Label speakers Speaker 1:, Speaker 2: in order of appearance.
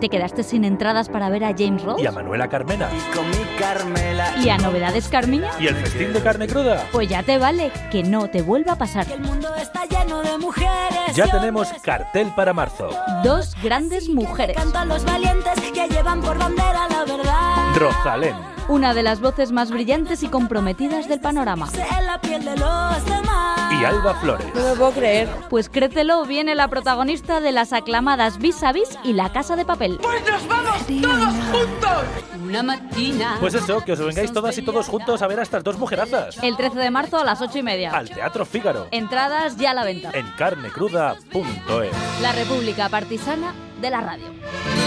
Speaker 1: ¿Te quedaste sin entradas para ver a James Ross?
Speaker 2: Y a Manuela Carmena.
Speaker 3: Y con mi Carmela.
Speaker 1: ¿Y a Novedades Carmiña?
Speaker 2: Y el festín de carne cruda.
Speaker 1: Pues ya te vale, que no te vuelva a pasar.
Speaker 4: El mundo está lleno de mujeres.
Speaker 2: Ya tenemos cartel para marzo.
Speaker 1: Dos grandes mujeres.
Speaker 4: Cantan los valientes que llevan por bandera la verdad.
Speaker 2: Rosalén.
Speaker 1: Una de las voces más brillantes y comprometidas del panorama.
Speaker 4: En la piel de los demás.
Speaker 2: Y Alba Flores.
Speaker 5: No me puedo creer.
Speaker 1: Pues créetelo, viene la protagonista de las aclamadas Vis a Vis y La Casa de Papel.
Speaker 6: ¡Pues nos vamos todos juntos!
Speaker 7: Una matina.
Speaker 2: Pues eso, que os vengáis todas y todos juntos a ver a estas dos mujerazas.
Speaker 1: El 13 de marzo a las 8 y media.
Speaker 2: Al Teatro Fígaro.
Speaker 1: Entradas ya a la venta.
Speaker 2: En carnecruda.es.
Speaker 1: La República Partisana de la Radio.